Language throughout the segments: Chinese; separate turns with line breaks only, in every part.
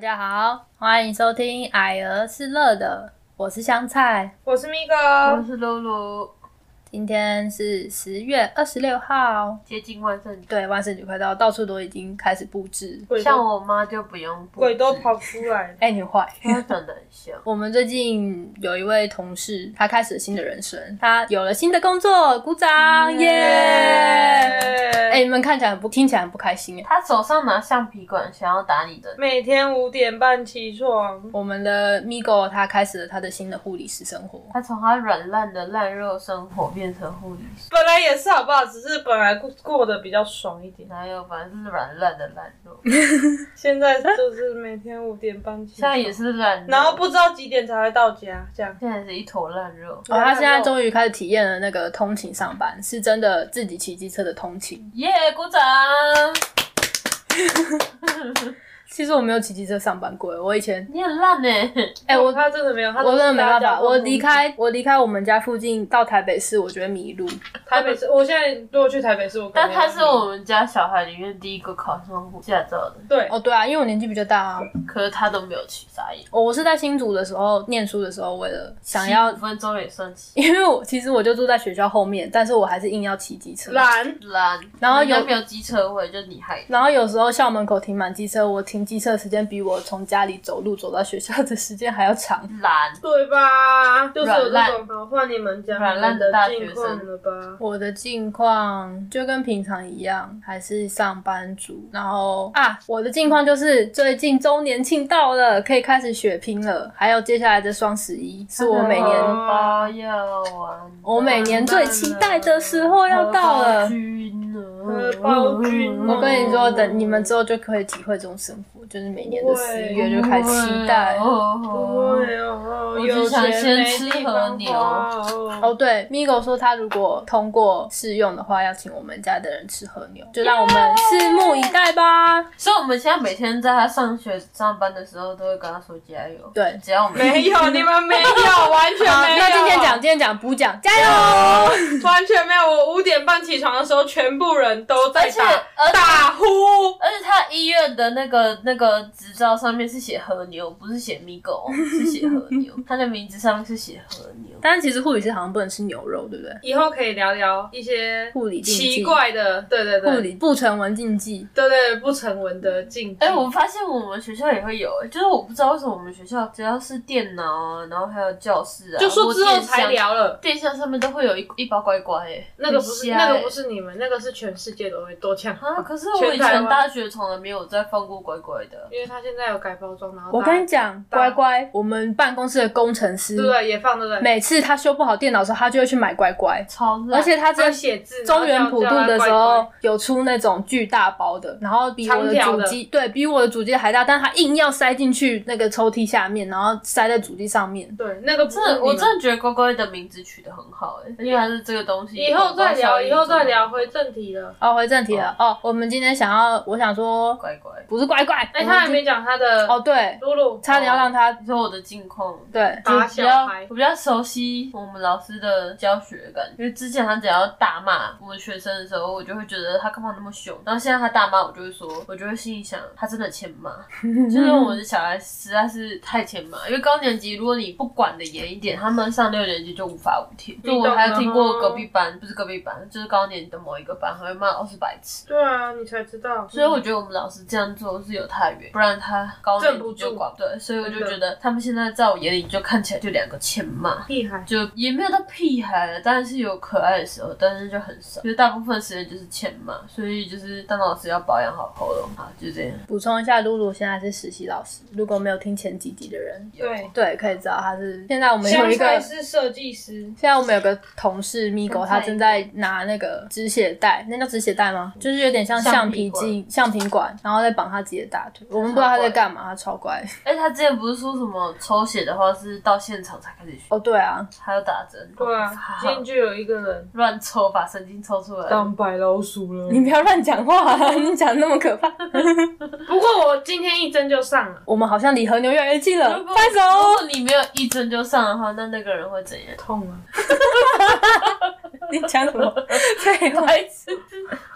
家好，欢迎收听《矮儿是乐的》，我是香菜。
我是咪哥，
我是露露，
今天是十月二十六号，
接近万圣节，
对，万圣节快到，到处都已经开始布置。
鬼
像
都
我妈就不用布置
鬼都，跑出 来了。
哎、你坏！。
她长得很像
我们最近有一位同事，他开始了新的人生，他有了新的工作，鼓掌耶！哎、
哎，
你们看起来很不，听起来很不开心耶。
她手上拿橡皮管，想要打你的。
每天五点半起床，
我们的 Migo 他开始了他的新的护理师生活，
她从她软烂的烂肉生活变成护理师，
本来也是好不好？只是本来过过得比较爽一点，
哪有本来就是软烂的烂肉，
现在就是每天五点半起
现在
床，
也是烂肉，
然后不知道几点才会到家，这样。
现在是一坨烂肉。
哦，他现在终于开始体验了那个通勤上班，是真的自己骑机车的通勤。
耶、鼓掌！
其实我没有骑机车上班过，我以前，
你很烂呢、
哎、我
哦他真的没有，他
我真的没办
搭交
法，
通
我离开我离开我们家附近到台北市，我觉得迷路。
台北市。我现在如果去台北市，我可能
但她是我们家小孩里面第一个考上驾照的，
对
哦，对啊，因为我年纪比较大啊，
可是她都没有去，傻眼。
我我是在新竹的时候念书的时候，为了想要
五，分钟也算起。
因为我其实我就住在学校后面，但是我还是硬要骑机 车。
懒，
烂，
然后有
人家没有机车位，就你害的。
然后有时候校门口停满机车，我停机车的时间比我从家里走路走到学校的时间还要长。
懒，
对吧？就是有
软烂
这种，好换你们讲
软烂
你
的
们
大
的
学
近况了吧？
我的近况就跟平常一样，还是上班族。然后啊，我的近况就是最近周年庆到了，可以开始血拼了。还有接下来的双十一，是我每年
哦
包要完，
我每年最期待的时候要到了。
荷
荷包君
我跟你说，等你们之后就可以体会这种生活，就是每年的十一月就开始期待。
哦，
对哦，
我
有
只想
钱没
先吃
地
和
方
牛
花 哦
哦，对，Migo 说他如果通过试用的话，要请我们家的人吃和牛，就让我们拭目以待吧。
所以我们现在每天在他上学、上班的时候，都会跟他说加油。
对
只要我们
没有，你们没有，完全
好，
没有。
那今天讲，今天讲补讲，加油！
完全没有。我五点半起床的时候，全部人都在
而且
打
而且
打呼。
而且他医院的那个那个执照上面是写和牛，不是写米狗，是写和 牛。他的名字上面是写和牛。
但是其实护理师好像不能吃牛肉，对不对？
以后可以聊聊一些
护理禁忌
奇怪的，对对
护
对，
理不成文禁忌，
对对不成文的禁忌。
哎、我发现我们学校也会有、哎，就是我不知道为什么我们学校只要是电脑啊，然后还有教室啊，
就说之后才
聊，
聊了，
电箱上面都会有一一包乖乖、哎，
那个不是
很瞎
那个
哎
不是你们，那个是全世界都会都这样。
啊，可是我以
全台
前
湾
大学从来没有再放过乖乖的，
因为他现在有改包装，然后
我
大
跟你讲，
大
乖乖，我们办公室的工程师
对，对也放对不对？
每次他修不好电脑的时候，他就会去买乖乖，
超烂，
而且他
他
在
写字，
中原普渡的时
然后叫他乖
候
乖，
有出那种巨大包的，然后比我
长
的
条
主
的
机对比我的主机还大，但他硬要塞进去那个抽屉下面，然后塞在主机上面。
对那个不是
这我
你们
真的觉得乖乖的名字取得很好、哎，因为它是这个东西，
以后再聊，以后再
广告效
聊，
应
回正题了。
哦，回正题了哦，我们今天想要，我想说，
乖乖。
不是乖乖，我
哎，他
们
还
今
没哦讲他的
哦，对，
露露，
差点要让他
你说我的近况，
对
就
打
比
小
较
孩
我比较熟悉我们老师的教学感，因为之前他只要大骂我们学生的时候，我就会觉得他干嘛那么凶。然后现在他大骂我，就会说，我就会心里想，他真的欠 骂，就是我的小孩实在是太欠骂。因为高年级如果你不管的严一点，他们上六年级就无法无天。就
懂
我还有听过
了
隔壁班，不是隔壁班，就是高年级的某一个班，还会骂老师白痴。
对啊，你才知道。嗯
所以我觉得我们老师这样做是有他的原因，不然他高年
镇不
级
住
就管不对，所以我就
真的
觉得他们现在在我眼里就看起来就两个欠骂，
厉害，
就也没有到屁孩了，当然是有可爱的时候，但是就很少，就是大部分时间就是欠骂，所以就是当老师要保养好喉咙啊，就这样。
补充一下，露露现在是实习老师，如果没有听前几集的人，
对，
对，可以知道他是现在我们有
香
一
菜
个。
是设计师，
现在我们有个同事 Migo，
香菜
他正在拿那个止血带，那叫止血带吗？就是有点像橡
橡
皮
皮
筋、橡皮管，然后再绑他自己的大腿。我们不知道他在干嘛，他超乖。
哎，他之前不是说什么抽血的话是到现场才开始学，
哦，对啊，
还要打针，
对啊
好，
今天就有一个人
乱抽把神经抽出来。
白老鼠了
你不要乱讲话、你讲得那么可怕。
不过我今天一针就上了，
我们好像离和牛越来越近了，
如果
拍
如
手！
果你没有一针就上的话，那那个人会怎样？
痛啊！
你讲什么？废话。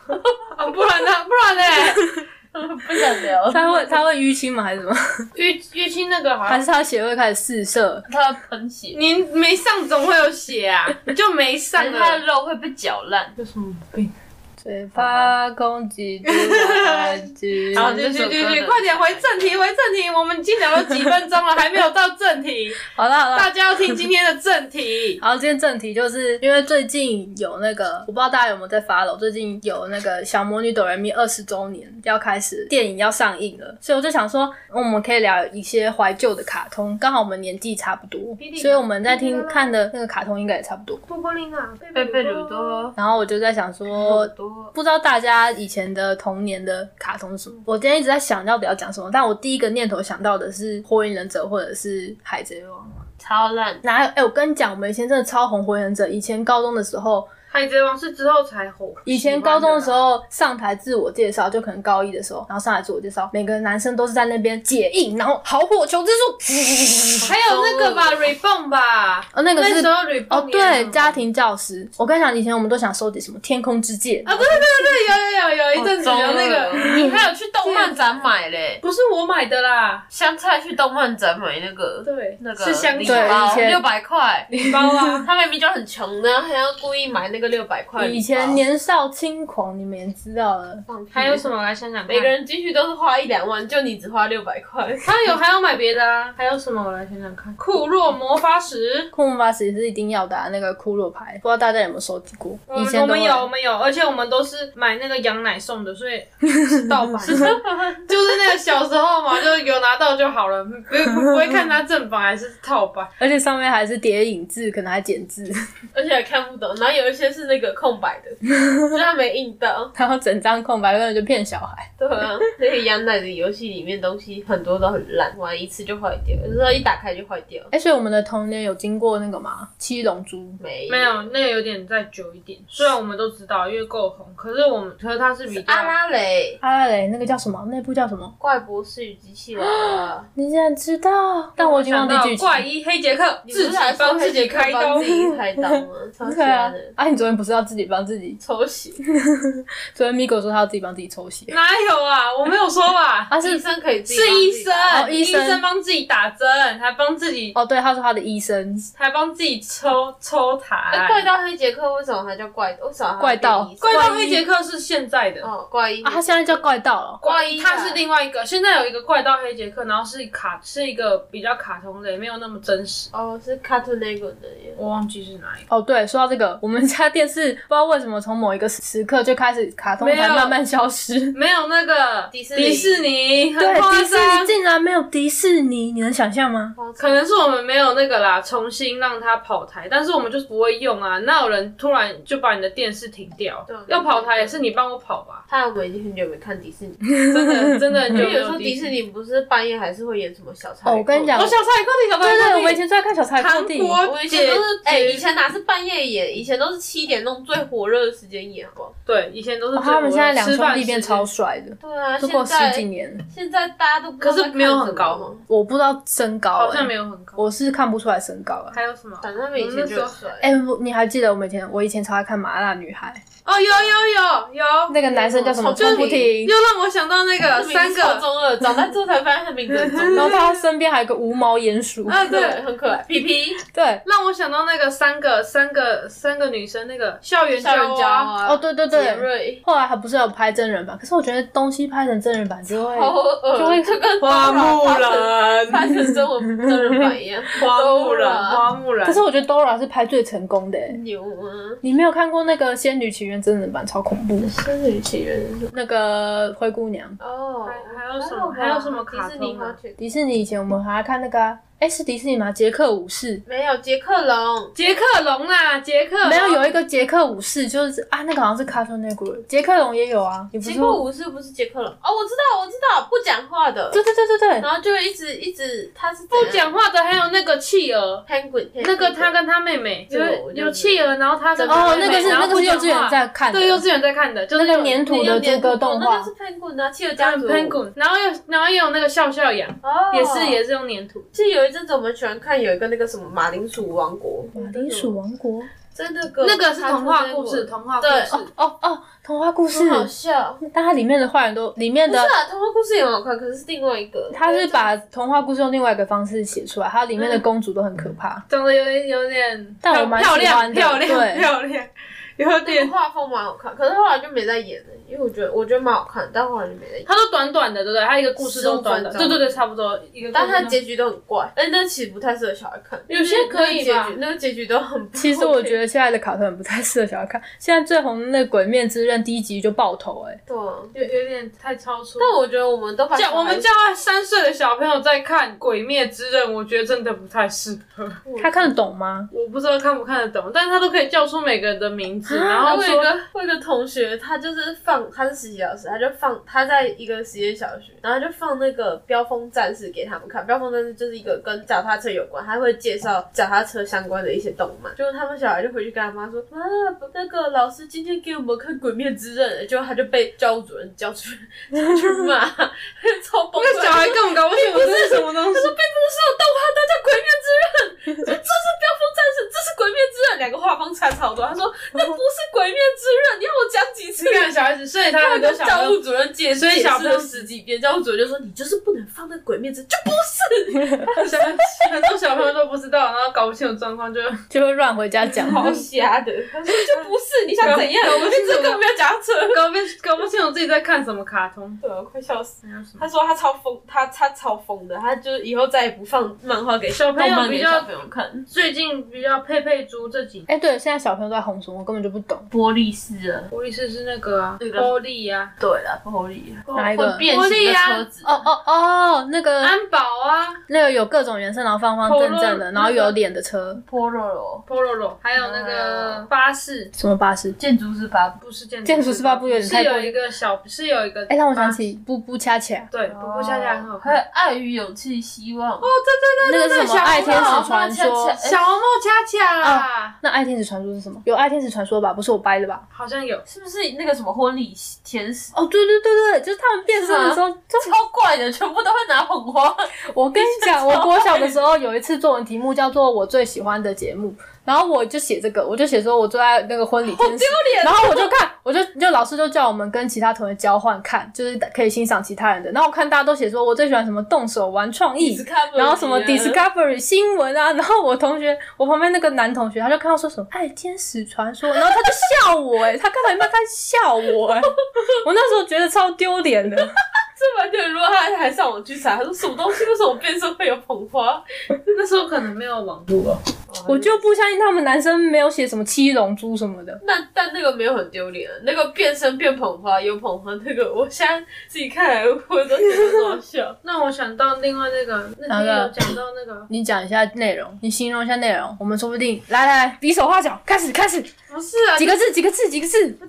哦啊，不然呢？不然呢？
不想聊。
他会他会淤青吗？还是什么？
淤淤青那个好
还
像
是他血会开始四射？
他喷血，
你没上总会有血啊，就没上
但是他
了
的。肉会被搅烂。
有什么病？
嘴巴攻击，猪来狙
好，
这
去
首
去
歌
去去，
的
快点回正题，回正题。我们已经聊了几分钟了，还没有到正题，
好了好了
大，家要听今天的正题。
然后今天正题就是因为最近有那个，我不知道大家有没有在 follow，最近有那个《小魔女哆来咪》二十周年要开始，电影要上映了，所以我就想说，我们可以聊一些怀旧的卡通，刚好我们年纪差不多
霹雳，
所以我们在听
霹雳
看的那个卡通应该也差不多。
波波琳娜，贝
贝贝鲁，
哦
多，
然后我就在想说，
多，
不知道大家以前的童年的卡通是什么？我今天一直在想到底要讲什么，但我第一个念头想到的是《火影忍者》或者是《海贼王》。
超烂。
哪有？哎、我跟你讲，我们以前真的超红《火影忍者》，以前高中的时候。
海贼王是之后才火。
以前高中的时候上台自我介绍，就可能高一的时候，然后上台自我介绍，每个男生都是在那边解印，然后好火求之术，
还有那个吧，Reborn 吧，
呃，那个
那
是
时候 Reborn
哦，
也
对，
很
家
红
庭教师。我跟你讲，以前我们都想收集什么天空之界，
啊，对对对对，有有有有一阵子
好
有
中
那
二
个，你还有去动
动漫
漫展，
展买嘞，
不是我买的啦，
香菜去动漫展买那个，
对，
那个
是香
礼
蕉对
包
以前
六百 块，
礼包啊，
他明明就很穷呢，还要故意买那个六百块。
以前年少轻狂，你们也知道了。
还有什
么？
么来想想看，
每个人进去都是花一两万，就你只花六百块。
他有还要买别的啊，还有什么我来想想看，库洛魔法石。
库姆巴其实是一定要的、啊、那个骷髅牌，不知道大家有没有收集过？
我
以
们
前
嗯我
都
们
会
有我们有，而且我们都是买那个羊奶送的，所以是盗 版的， 就是那个小时候嘛，就有拿到就好了，不不不会看它正版还是套版。
而且上面还是叠影字，可能还剪字，
而且还看不懂，然后有一些是那个空白 的，就是他没印到。
然后整张空白，根本就骗小孩。
对啊，那个羊奶的游戏里面东西很多都很烂，玩一次就坏掉，有时候一打开就坏掉。
哎、所以我们的童年有经过那个吗？七龙珠。
没
没有，那个有点再久一点。虽然我们都知道，因为够红，可是我们可是它是比较
阿拉蕾。
阿拉啊蕾那个叫什么？那部叫什么？
怪博士与机器人啊，
你竟然知道？但我已经忘记剧情。
怪医黑杰克
你 不
自
是
己
还
帮
说
自己开刀
自，己开刀吗？超
对 啊
瞎的，，
啊，你昨天不是要自己帮自己？
抽血。
昨天 Migo 说他要自己帮自己抽血，？
哪有啊？我没有说吧
他
医
是
生可以自己
是
帮自
医
己
生，
打
哦医生
帮自己打针，还帮自己，
哦，对，他说他的医生，
还帮自己抽抽
哎怪
痰。
盗黑杰克为什么还叫怪？为什么还要
怪盗
变医生
怪盗黑杰克是现在的，
哦，怪医
啊，他现在叫怪盗了。
怪医啊
他是另外一个。现在有一个怪盗黑杰克，然后是卡是一个比较卡通的，没有那么真实。
哦是 Cartoon Network 的耶。
我忘记是哪一个。
哦，对，说到这个，我们家电视不知道为什么从某一个时刻就开始，卡通
没有
才慢慢消 失。
没有那个
迪士尼
迪士尼，很
对，
夸
迪士尼
张。
竟然没有迪士尼，你能想象吗？
可能是我们没有那个啦，重新让它跑台，但是我们就是不会用啊。那有人突然就把你的电视停掉
对，
要跑台也是你帮我跑 吧，
他我已经很久没看迪士尼，
真的真的很
因
久
为
没
有时候
有
迪士。尼不是半夜还是会演什么小
哦
丑。
我跟你讲
哦，小蔡哥弟，小蔡
对对，我
哥
们以
弟，
前最爱看小柴
韩
哥弟。
国
我以前
姐
都是哎、以前哪是半夜演，以前都是七点那种最火热的时间演，好不好？
对以前都是
哦他们现在两
吃
兄
饭
弟
时间
变超，帅的，
对啊，
都过
现
十几
在
年了，
现在大家都不知道
可是
在看
没有很
什么
高哦
我不知道身高、
好像
欸
没有很高。
我是看不出来身高啊。
还有什么？
反正他们以前就很帅。
哎、我你还记得我们以前我以前超爱看《麻辣女孩》，
哦，有有有有，
那个男生叫什么？
就是
钟不停，
又让我想到那个三
超
个
中二，长大之后才发现他名字很中
然
二
后，他身边还有个无毛鼹鼠。
啊，
对，
对，
很可爱。皮皮，
对，
让我想到那个三个三个三个女生那个校园
校园
交
交
啊，
啊，
哦，对对
杰
对。
瑞，
后来还不是有拍真人版，可是我觉得东西拍成真人版就会
好 恶，
就会
就跟
花木兰，
拍成中文真人版一 样，哦
花木兰，
Dora
花木兰。
可是我觉得 Dora 是拍最成功的欸、
牛啊！
你没有看过那个《仙女奇缘》真人版，超恐怖。
仙女奇缘是什么
那个灰姑娘，
哦
还还有什么
吧
还有什么卡
迪士尼
通啊
花圈？
迪士尼以前我们还爱看那个、啊，哎、是迪士尼吗？杰克武士。
没有杰克龙，
杰克龙啦，杰克龙
没有有一个杰克武士，就是啊，那个好像是 Cartoon Network，杰克龙也有啊，你不
杰
是
克
说？
武士不是杰克龙哦，我知道我知道，不讲话的，
对对对对对，
然后就一直一直他是
不讲话的，还有那个企鹅，
penguin
那个他跟他妹妹
这
有
个我就
有企鹅，然后他跟
哦
他，妹
那
妹
个是
然
那
后
个
不
是幼
讲
稚园
话
在看的，
对幼稚园在看的，就是
那个粘土
你
的
有
这
点
个动
哦那
画
个，是 penguin 啊，企鹅家
嗯
族
penguin，然后又然后也有那个笑笑羊，
哦，
也是也是用粘土。
就有一一阵子我们喜欢看有一个那个什么马铃薯王国，
马铃薯王国
在那个
那个是童话故事，童话故事。
哦哦，童话故事
很，好笑。
但它里面的坏人都里面
不是
的。
啊，童话故事也很好看，可是是另外一个。
他是把童话故事用另外一个方式写出来，它里面
嗯
的公主都很可怕。
长得有点有点，
但我蛮
漂
喜欢的
亮漂亮
对
漂亮，有
那个
点，
画风蛮好看，可是后来就没再演了，因为我觉得我觉得蛮好看，但后来就没再演。
它都短短的，对不对？它一个故事都短短，对
15分钟
对对，差不多一个故事都。
但它的结局都很怪，而且那其实不太适合小孩看。
有些可以吧
那个结局那个结局都很不 OK。
其实我觉得现在的卡通很不太适合小孩看。现在最红的那个《鬼面之刃》第一集就爆头、欸，哎，
对啊，
有有点太超出。
但我觉得我们都把
叫
小孩
我们叫他三岁的小朋友在看《鬼灭之刃》，我觉得真的不太适合。
他看得懂吗？
我不知道看不看得懂，但是他都可以叫出每个人的名字，然
然后
后
我有一
说
个我有一个同学，他就是放他是实习老师，他就放他在一个实验小学，然后就放那个飙风战士给他们看。飙风战士就是一个跟脚踏车有关，他会介绍脚踏车相关的一些动漫。就是他们小孩就回去跟他妈说，妈，那个老师今天给我们看《鬼灭之刃》，结果他就被教务主任叫去叫去骂， 超
那
崩溃。
个小孩根本搞不清楚这是什么东西。
他说并不是有动画，都叫《鬼灭之刃》，这是《飙风战士》，这是《鬼灭之刃》，两个画风差超多。他说那不是《鬼灭之刃》，你要我讲几次
你？看小孩子，所以他
他
很多
跟
小朋
教
友
务主任解释
所以小朋友
了十几遍，教务主任就说你就是不能放那鬼面子，就不是。
小很多小朋友都不知道，然后搞不清楚状况就
就会乱回家讲。
好瞎的， 他说就不是，你想怎样？
搞
我
不
们
清楚
这个没有讲车。
搞不搞不清楚自己在看什么卡通。
对啊，快笑死！
没有什么
他说他超疯，他他超疯的，他就是以后再也不放漫画给
小朋友
动漫给
比较
小朋友看。
最近比较佩佩猪这几
哎、对，现在小朋友都在红什么，我根本就不懂。
玻璃丝啊，
玻璃是是那个啊，
那个
玻璃啊，
对了，玻璃
哪一个
会变形的车子？
哦哦哦，那个、
安保啊
那个有各种颜色，然后方方正正的，
Polo-
然后有脸的车，
，Polo
，Pololo，还有那
啊
个巴士，
什么巴士？
建筑师吧？
不是建
建筑师吧不有点太
是
过
有一个小，是有一个，
哎、让我想起布布恰恰，
对，不过恰恰很好
还有
看。
爱与勇气、希望。哦，
那个是什么
小
爱天
猫
使传说
恰恰？
哦小莫恰恰啊
啊
啦，
那爱天使传说是什么？有爱天使传说吧？不是我掰的吧？
好像有。
是不是那个什么婚礼天使？
哦，对对对对，就是他们变身的时候，就
超怪的，全部都会拿捧花。
我跟你讲，我国小的时候有一次作文题目叫做“我最喜欢的节目”，然后我就写这个，我就写说我最爱那个婚礼天使，然后我就看，我就就老师就叫我们跟其他同学交换看，就是可以欣赏其他人的。然后我看大家都写说我最喜欢什么动手玩创意。
啊
然后什么 Discovery 新闻啊，然后我同学，我旁边那个男同学，他就看到说什么“爱天使传说”，然后他就笑我、欸，他看到一半他笑我、欸，我那时候觉得超丢脸的。
这 完全，如果他还上网去查，他说什么东西？为什么变身会有捧花？
那时候可能没有网络哦。
我就不相信他们男生没有写什么七龙珠什么的。
那但那个没有很丢脸，啊那个变身变捧花有捧花那个，我现在自己看来我都觉 得很好笑。
那我想到另外那个，那
哪
天
个
有讲到那个，
你讲一下内容，你形容一下内容，我们说不定来来来，比手画脚，开始开始，
不是啊，
几个字几个字几个字，
字就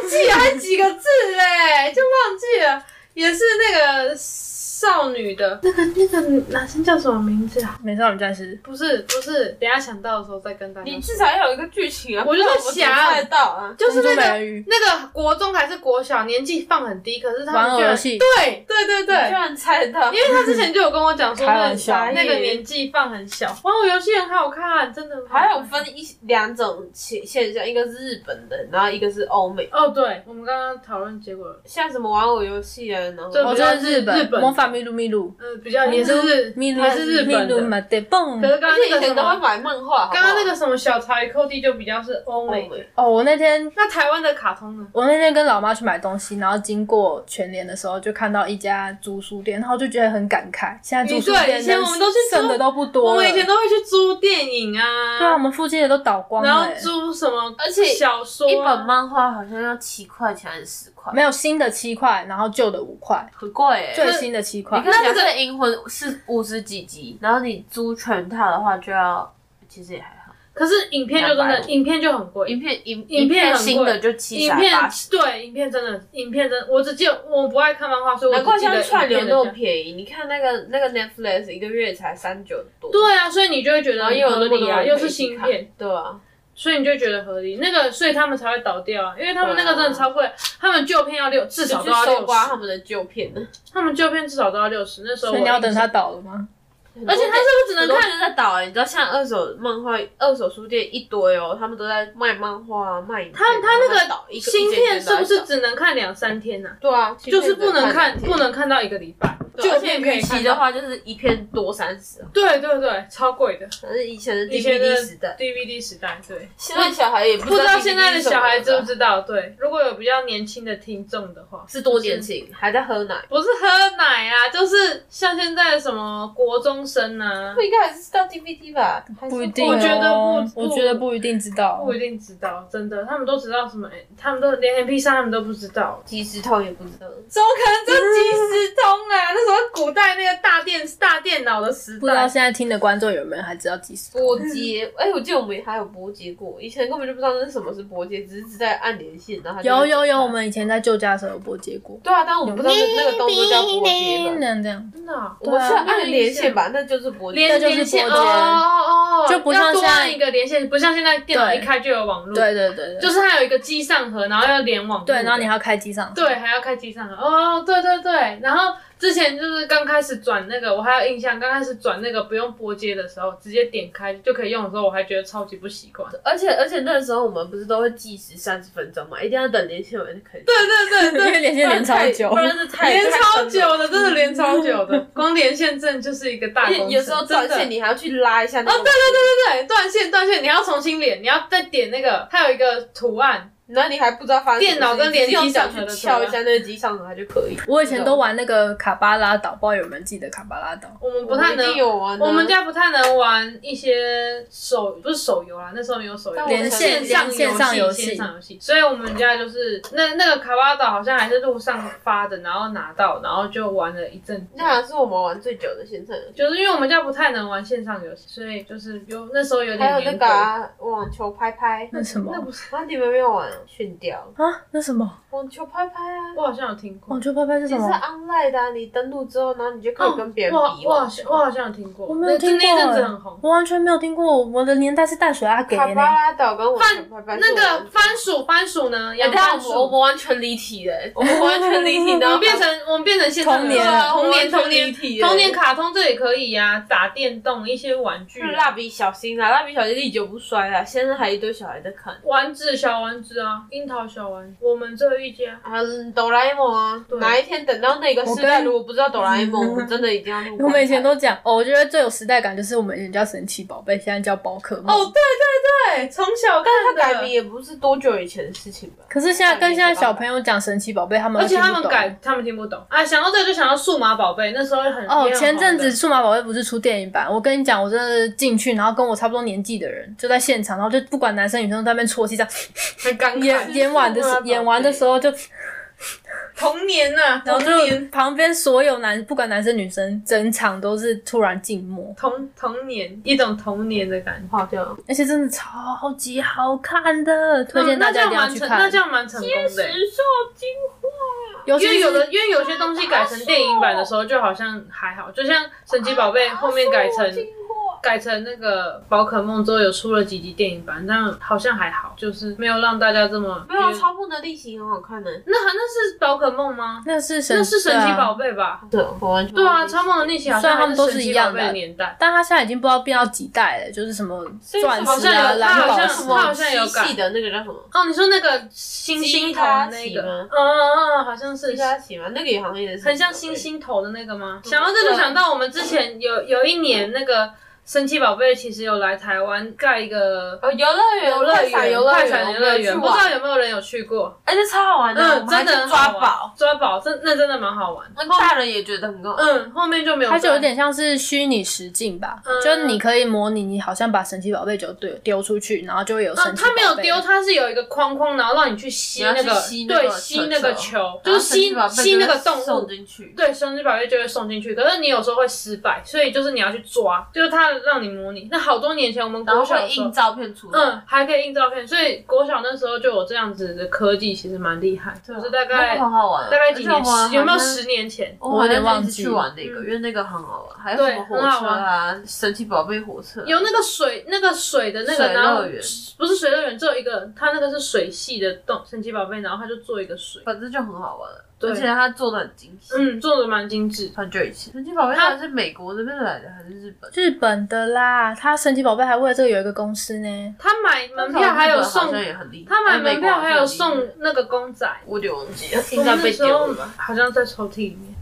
忘记了，还几个字哎、就忘记了，也是那个少女的，那个那个男生叫什么名字啊？
美少女战士，
不是不是，等一下想到的时候再跟大家说。
你至少要有一个剧情啊，
我就是
不然我怎么
想
猜得到啊。
就是那
美
个
人鱼，
那个国中还是国小，年纪放很低，可是他
玩
们
偶
居
游
然
戏，
对哎对对
你居
对，
然猜得到
因，为他之前就有跟我讲说，
开
那
玩笑
那个年纪放很小，玩偶游戏很好看，真的很好看
还有分一两种现现象，一个是日本的，然后一个是欧美。
哦，对，我们刚刚讨论结果了，
像什么玩偶游戏啊，然后
这
哦，这是日
日
本
本
魔法秘鲁秘鲁，
呃，比较也是日
秘鲁
还是日
秘
本
鲁
的，
马德蹦
可。是刚刚
而且
那
以
个什
前都会
么，
买漫画，好不
刚
好
刚那个什么小茶与寇弟就比较是欧
欧
美的，
美，
哦，我那天
那台湾的卡通呢？
我那天跟老妈去买东西，然后经过全联的时候，就看到一家租书店，然后就觉得很感慨。现在租书
对
店
以前
能
我们都去租
剩的都不多了，
我们以前都会去租电影啊，
对啊，我们附近的都倒光
然后
了、欸
租什么，
而且
小说啊
一本漫画好像要七块钱还是十块，
没有新的七块，然后旧的五块，
很贵哎、
最新的七块
你。看，假设《银魂》是五十几集，然后你租全套的话就要，其实也还好。
可是影片就真的
200
影片就很贵，
影片影
影片很贵
新的就七
影
十
片
八十，
对影片真的，影片真的，我只记得我不爱看漫画，所以我
难怪
只记
现
得
在串流
影片的
那么
价
便宜。你看那个那个 Netflix 一个月才三九多，
对啊，所以你就会觉
然
得
后又有
合
那么
理
多
啊，
人
又
可以
是
一起
新
看
片，，
对啊，
所以你就觉得合理。那个，所以他们才会倒掉啊，因为他们那
对啊
个真的超贵，他们旧片要六，至
就
少
去
都要
搜
六
刮他
十，
们的旧片呢。
他们旧片至少都要六十。那时
所
候我
以你要
印
等
象
它倒了吗？
而且它是不是只能
很多
看
店在倒哎、你知道像二手漫画、二手书店一堆哦，他们都在卖漫画、啊卖影片。
他他那
然后在倒
个
一个
芯片是不？
一
是
间一间都在倒
只能看两三天呐、
对啊，
就是不能看，
两天
不能看到一个礼拜。旧
对而且
片可以
预期
看
的
到，
话就是一片多三十，啊
对对对，超贵的。
反正以前的
以前的
DVD 时代，
DVD 时代，对，
现在小孩也不
不知道现在的
DVD 是什么
小孩知不
了
知道？对，如果有比较年轻的听众的话，嗯
是多年轻，还在喝奶，
不是喝奶啊，就是像现在的什么国中生啊
不，应该还是到 DVD 吧？
不一定、哦，
我觉得不
我觉得不一定知道。
不一定知道，真的，他们都知道什么，他们都连 MP 三他们都不知道。
即时通也不知道，
怎么可能叫即 时通啊？那时候古代那个大电大电脑的时
不知道
代，
现在听的观众有没有还知道几时？
拨接，哎、我记得我们还有拨接过，以前根本就不知道那是什么是拨接，只是只在按连线，然后它就
有
会
有有，
打
我们以前在旧家的时候有播结果，
对啊，但我们不知道那那个动作叫拨接吧。
那样这样，
真的啊、
我们是
对啊
按连线吧，那就是拨接。
那
连
就是
连线
拨
哦
接
哦哦，
就不像
要多按
现在
一个连线，不像现在电脑
对
一开就有网络，
对对对
嗯就
对，
是它有一个机上盒，然后要连网络的，
对，然后你还要开机上，
对，还要开机上盒哦，对对对，然后之前就是刚开始转那个，我还有印象，刚开始转那个不用拨接的时候，直接点开就可以用的时候，我还觉得超级不习惯。
而且而且那时候我们不是都会计时三十分钟嘛，一定要等连线完才可以。
对
对，
对
因为连线连超久
不，然是 太
连
太
超
分了
久的，真的连超久的，光连线证就是一个大
而
工
且
程。
有时候断
真的
线你还要去拉一下那个，
哦对对对对，断线断线，你还要重新连，你要再点那个，它有一个图案，
然后你还不知道发生什么事
电脑跟联机
你只用
上
脚
盒
去
的
敲一
图
下那个机上盒它就可以。
我以前都玩那个卡巴拉岛，不知道有没有人记得卡巴拉岛？
我们
我
不太
一定
能。
有玩啊，
我们家不太能玩一些手，不是手游啦，那时候没有手游，
但我
连线
线上
线上游
游
戏
线上游戏。所以我们家就是那那个卡巴岛好像还是路上发的，然后拿到，然后就玩了一阵子。
那还是我们玩最久的线上游戏。
就是因为我们家不太能玩线上游戏，所以就是有那时候有点
还有
严格
那个、啊、网球拍拍，
那什么
那不是
啊，你们没有玩训掉
啊？那什么
网球拍拍啊？
我好像有听过
网，球拍拍是
你
什
是
么？
online 的啊、你登录之后，然后你就可以跟别人
我好
比
哦我好
网
像我好像有听过，
我没有
那
听过、哎欸
那阵子很红。
我完全没有听过。我的年代是大水阿给
卡巴
呢，
拉岛跟网球
番
拍拍
那个番薯番薯呢？
哎，
养
等下
番
我们我
薯
们。完全离题了，我们完全离题，然
我
后
们 变成我们变成现在
童年
对啊童年
完全
童年
离题了
童年卡通这也可以呀、打电动一些玩具
就是
啊、
蜡笔小新啊，蜡笔小新历久不衰啊，现在还一堆小孩在看，
丸子小丸子啊，樱桃小丸子，啊我们这一家。
还有啊哆啦 A 梦啊，
对
哪一天等到那个时
我
代，
跟
如果不知道哆啦 A 梦，我真的一定要录。
我们以前都讲哦，我觉得最有时代感就是我们以前叫神奇宝贝，现在叫宝可梦。
哦，对对对，从小看
他改名
的，
也不是多久以前的事情吧？
可是现在跟现在小朋友讲神奇宝贝，他们
而且
都
他
听不
们
懂
改，他们听不懂啊。想到这个就想到数码宝贝，那时候很
哦，
也很红的
前阵子数码宝贝不是出电影版？我跟你讲，我真的是进去，然后跟我差不多年纪的人就在现场，然后就不管男生女生都在那边啜泣，这 样
很感
演
慨，
演完的时
数码宝贝
演完的时候就，
童年呐、
然后
童年
就旁边所有男不管男生女生，整场都是突然静默，
童童年一种童年的感觉。
好像
而且真的超级好看的，推荐大
那那这
家一定
样
要
蛮
去
成，
看。
那这样蛮成功的欸、
兽精
尤其
因
是
为有的，因为有些东西改成电影版的时候，就好像还好，就像神奇宝贝后面改
哦
成改成那个宝可梦之后，有出了几集电影版，但好像还好，就是没有让大家这么
没有啊
觉得
超梦的力气很好看呢、
那还那是宝可梦吗？
那是神
那是神奇宝
贝、
贝吧？
对，我完全
对啊，超梦的逆袭好
虽
像
然他们都是
还
一
神奇
样
宝
的
贝年代。
但他现在已经不知道变到几代了，就是什么钻
好
石
像
啊、
有
蓝
好
宝
像
石
他好像有改
细的那个叫什么？
哦，你说那个星星头那
鸡
个
吗，
嗯嗯嗯，好像是
是他洗吗？那个也好像也是
很像星星头的那个吗？想到这就想到我们之前有有一年那个神奇宝贝其实有来台湾盖一个
哦，游乐园，
游乐园，
游乐
快
园，
闪游乐园，
我
不
们
知道
有去玩，
有没有人有去过？
而且超好玩的，我
嗯，
们还
真
去
的很
抓
好玩
宝，，
抓宝，真那真的蛮好玩。
那大人也觉得很好玩。
嗯，后面就没有，
它就有。点像是虚拟实境吧，
嗯
就是你可以模拟你好像把神奇宝贝球丢丢出去，然后就会有神
啊，
奇宝
它
贝。
没有丢，它是有一个框框，然后让你去吸
你要
那
去
个，
吸那个
对，
球
吸那个球，
然
就
后
是
神奇
吸
宝贝
吸那个
就
动
会送
物，
进去，
对，神奇宝贝就会送进去。可是你有时候会失败，所以就是你要去抓，就是它让你模拟。那好多年前我们
然后
国小
会
的时候
印，照片出来。
嗯，还可以印照片，所以国小那时候就有这样子的科技，其实蛮厉害。就是大概
啊那个很好玩，
大概几
而且我
年
们好，像
有没有十年前？
我好像
我有点忘
一直
记
去玩那个，
嗯
因为那个很好玩，还有
对
什么火
很好
车啊，神奇宝贝火车啊，
有那个水，那个水的那个，
水
然后
乐园
不是水乐园，只有一个，它那个是水系的洞，神奇宝贝，然后它就做一个水。
反正就很好玩。
对
而且他做的很精细。
嗯，做的蛮精致。
很久以前，神奇宝贝
它
好像是美国那边来的还是日本？
日本的啦，他神奇宝贝还为了这个有一个公司呢。
他买门票还有
好
送，
像也很厉害。哦
他买门票还有
美国好像也很厉
送
害，
那个公仔，
我有点忘记了，应该被丢了吧？
好像在抽屉里面。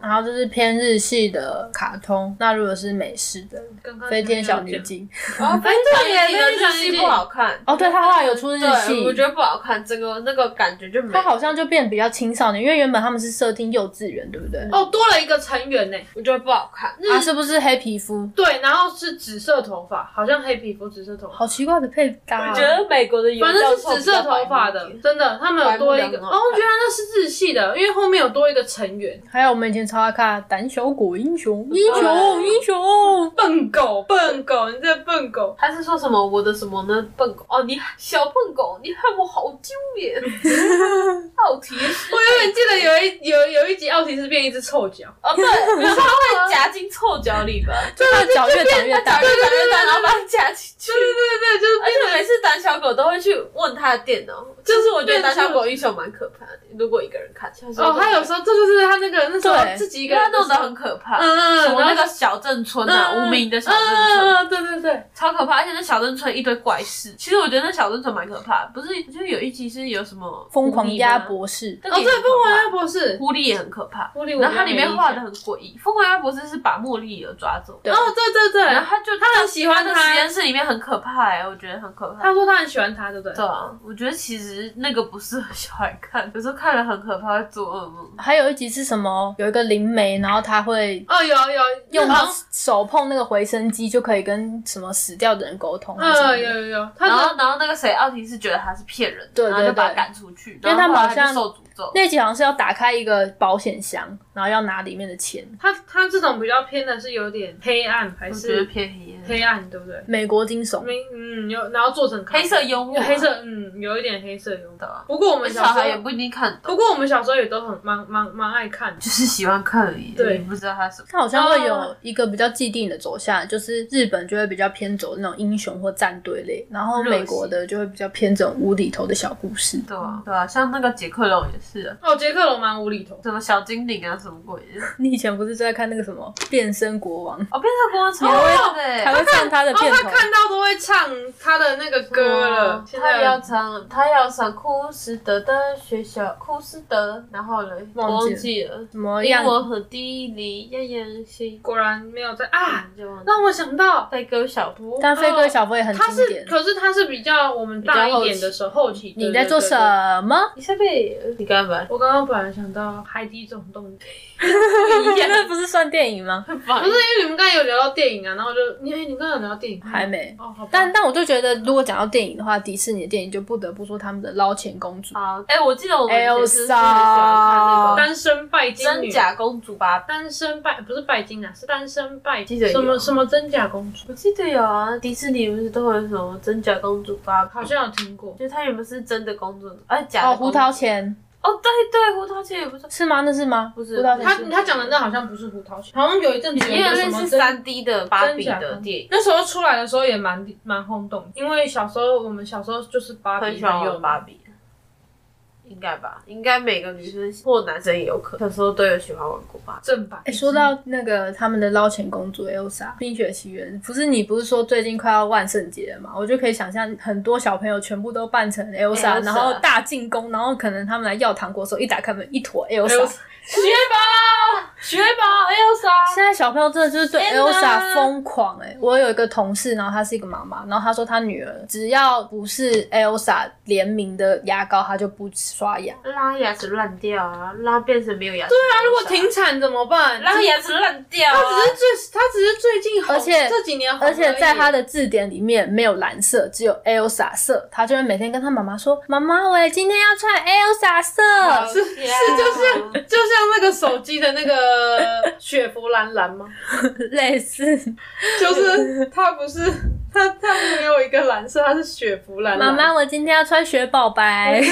然后这是偏日系的卡通，那如果是美式的《
刚刚
飞天小女
警。
警》
哦，
嗯
非常
对耶
日
非常
系
有
不好看。
嗯
哦，对，他后来有出日
对，
系，
我觉得不好看，整个那个感觉就没。
他好像就变得比较青少年，因为原本他们是设定幼稚园，对不对？
哦，多了一个成员呢。
我觉得不好看。
啊，是不是黑皮肤？
对，然后是紫色头发，好像黑皮肤紫色头发，
好奇怪的配搭、啊
我觉得美国的有
反
教
正是
授
紫
比较
色
白
头
目
发
一
的，
点
真的，他们有多一
白
个
目
哦，
两个
我觉得那是日系的，因为后面有多一个成员，
还有我们以前超爱看的《胆小狗英雄》，英雄英雄，
笨狗，笨狗，你这笨狗，
他是说什么我的什么呢？笨狗哦，你小笨狗，你害我好丢脸， 好提示
我永远记得有一有有一集奥提斯变一只臭脚，
哦， 对，然后他会夹进臭脚里吧？
就他的脚越长越
他
大
夹。越长越大，然后把它夹进去
对。对对对，就是
而且每次胆小狗都会去问他的电脑，就是我觉得胆小狗英雄蛮可怕的。如果一个人看，小时候
哦，他有时候这就是他那个那时
对
候自己一
因
个
为他
人
弄得
时候
很可怕，
嗯嗯，
什么
然后
那个小镇村啊，
嗯
无名的小镇村，
嗯嗯嗯，对对对，
超可怕，而且那小镇村一堆怪事。其实我觉得那小镇村蛮可怕的，不是？就是有一集是有什么
疯狂鸭
狐狸吗，
博士，
那
哦
个也
对，
很可
凤凰
怕
鸭博士，
狐狸也很可怕。
狐狸我
然后它
没
里面
印
画
象
的很诡异，凤凰鸭博士是把茉莉儿抓走，
对
哦对对对，
然后他就
他很喜欢
的
他
实验室里面很可怕哎、我觉得很可怕。
他说他很喜欢他，对不对？
对啊，我觉得其实那个不适合小孩看，有时候看了很可怕，会做噩梦。
还有一集是什么？有一个灵媒，然后他会
哦，有有
用
好
他
像
手碰那个回声机，就可以跟什么死掉的人沟通。还是什么
嗯，
的
有有有，他
然
的
后，然后那个谁，奥提是觉得他是骗人的，
对对
然后就把他
对
赶出去，
为他们好像
然后后来就受诅咒。
那集好像是要打开一个保险箱，然后要拿里面的钱。
他他这种比较偏的是有点黑暗还
我觉得
是
偏黑暗，
黑暗，对不对？
美国惊悚，
没嗯有，然后做成咖啡
黑色幽默，
黑色嗯有一点黑色幽默。
的，
不过我们
小
小时
孩也
候，
不一定看懂，
不过我们小时候也都很蛮蛮蛮爱看的。
就是喜欢看而已，
对
你不知道他什么。
它好像会有
哦
一个比较既定的走向，就是日本就会比较偏走那种英雄或战队类，然后美国的就会比较偏这种无厘头的小故事。
对啊，对啊，像那个杰克龙也是啊，
哦，杰克龙蛮无厘头，
什么小精灵啊，什么鬼的。
你以前不是就在看那个什么《变身国王》，
哦，变成国王超
还会
好的欸，
还会唱他的
哦，
片
他
头，
看到都会唱他的那个歌了。现
他要
在
上，他要上库斯德的学校，库斯德，然后嘞，
忘记了
我忘记了。
什么
因
样？
我和地理样样行，
果然没有在啊，
就忘记了。
让我想到
飞哥小夫，
但飞哥小夫也很
他
经
是，
典。
可是他是比较我们大一点的时候后期。
你在做
对
什？么？
你是被你干嘛？
我刚刚本来想到《海底总动员》，
不一样
那不是算电影 吗？
不是因哎为你们刚才有聊到电影啊，然后我就你你们刚才有聊到电影
还没。
哦，好吧，
但但我就觉得，如果讲到电影的话，迪士尼的电影就不得不说他们的《捞钱公主》。
好，哎，我记得我们以前是喜欢看那个
单身拜金
真
女。
假公主吧？
单身拜不是拜金啊，是单身拜
记
金
得有
什么什么真假公主，
我记得有啊，迪士尼不是都会有什么真假公主吧？
好像有听过。
就她原本是真的公主，哎，假
哦，
的公
胡
主
桃钳
哦，对对，胡桃钳也不是，
是吗？那是吗？
不是
胡桃钳
他
是吗
他讲的那好像不是胡桃钳，好像有一阵子有
也
一
有
个什
类
么
似
真
三 D 的芭比
真假
的
公
电影。
那时候出来的时候也蛮蛮轰动，因为小时候我们小时候就是芭比
很喜欢
有
玩芭比，应该吧？应该每个女生或男生也有可能，小时候都有喜欢玩过芭比。
正版
哎、。说到那个他们的捞钱公主 Elsa，《冰雪奇缘》，不是你不是说最近快要万圣节了嘛？我就可以想象很多小朋友全部都扮成 Elsa，,
Elsa
然后大进攻，然后可能他们来要糖果的时候，一打开门一坨 Elsa。
Elsa 学吧，学吧，Elsa。
现在小朋友真的就是对
天哪
Elsa 疯狂哎、我有一个同事，然后她是一个妈妈，然后她说她女儿只要不是 Elsa 联名的牙膏，她就不刷牙。
拉牙齿烂掉啊，拉变成没有牙齿。对啊
那如果停产怎么办？
拉牙齿烂掉、啊，
他只是最，他只是最近红，
而且
这几年红
而且在他
的
的字典里面没有蓝色，只有 Elsa 色。他就会每天跟他妈妈说：“妈妈，我今天要穿 Elsa 色。
是
是就
啊
像就像那个手机的那个雪佛兰蓝吗？”
类似，
就是它不是它它没有一个蓝色，它是雪佛兰
妈
蓝，
妈，我今天要穿雪宝白。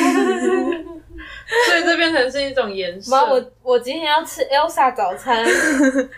所以这变成是一种颜色。
妈，我
我今天要吃 Elsa 早 餐，好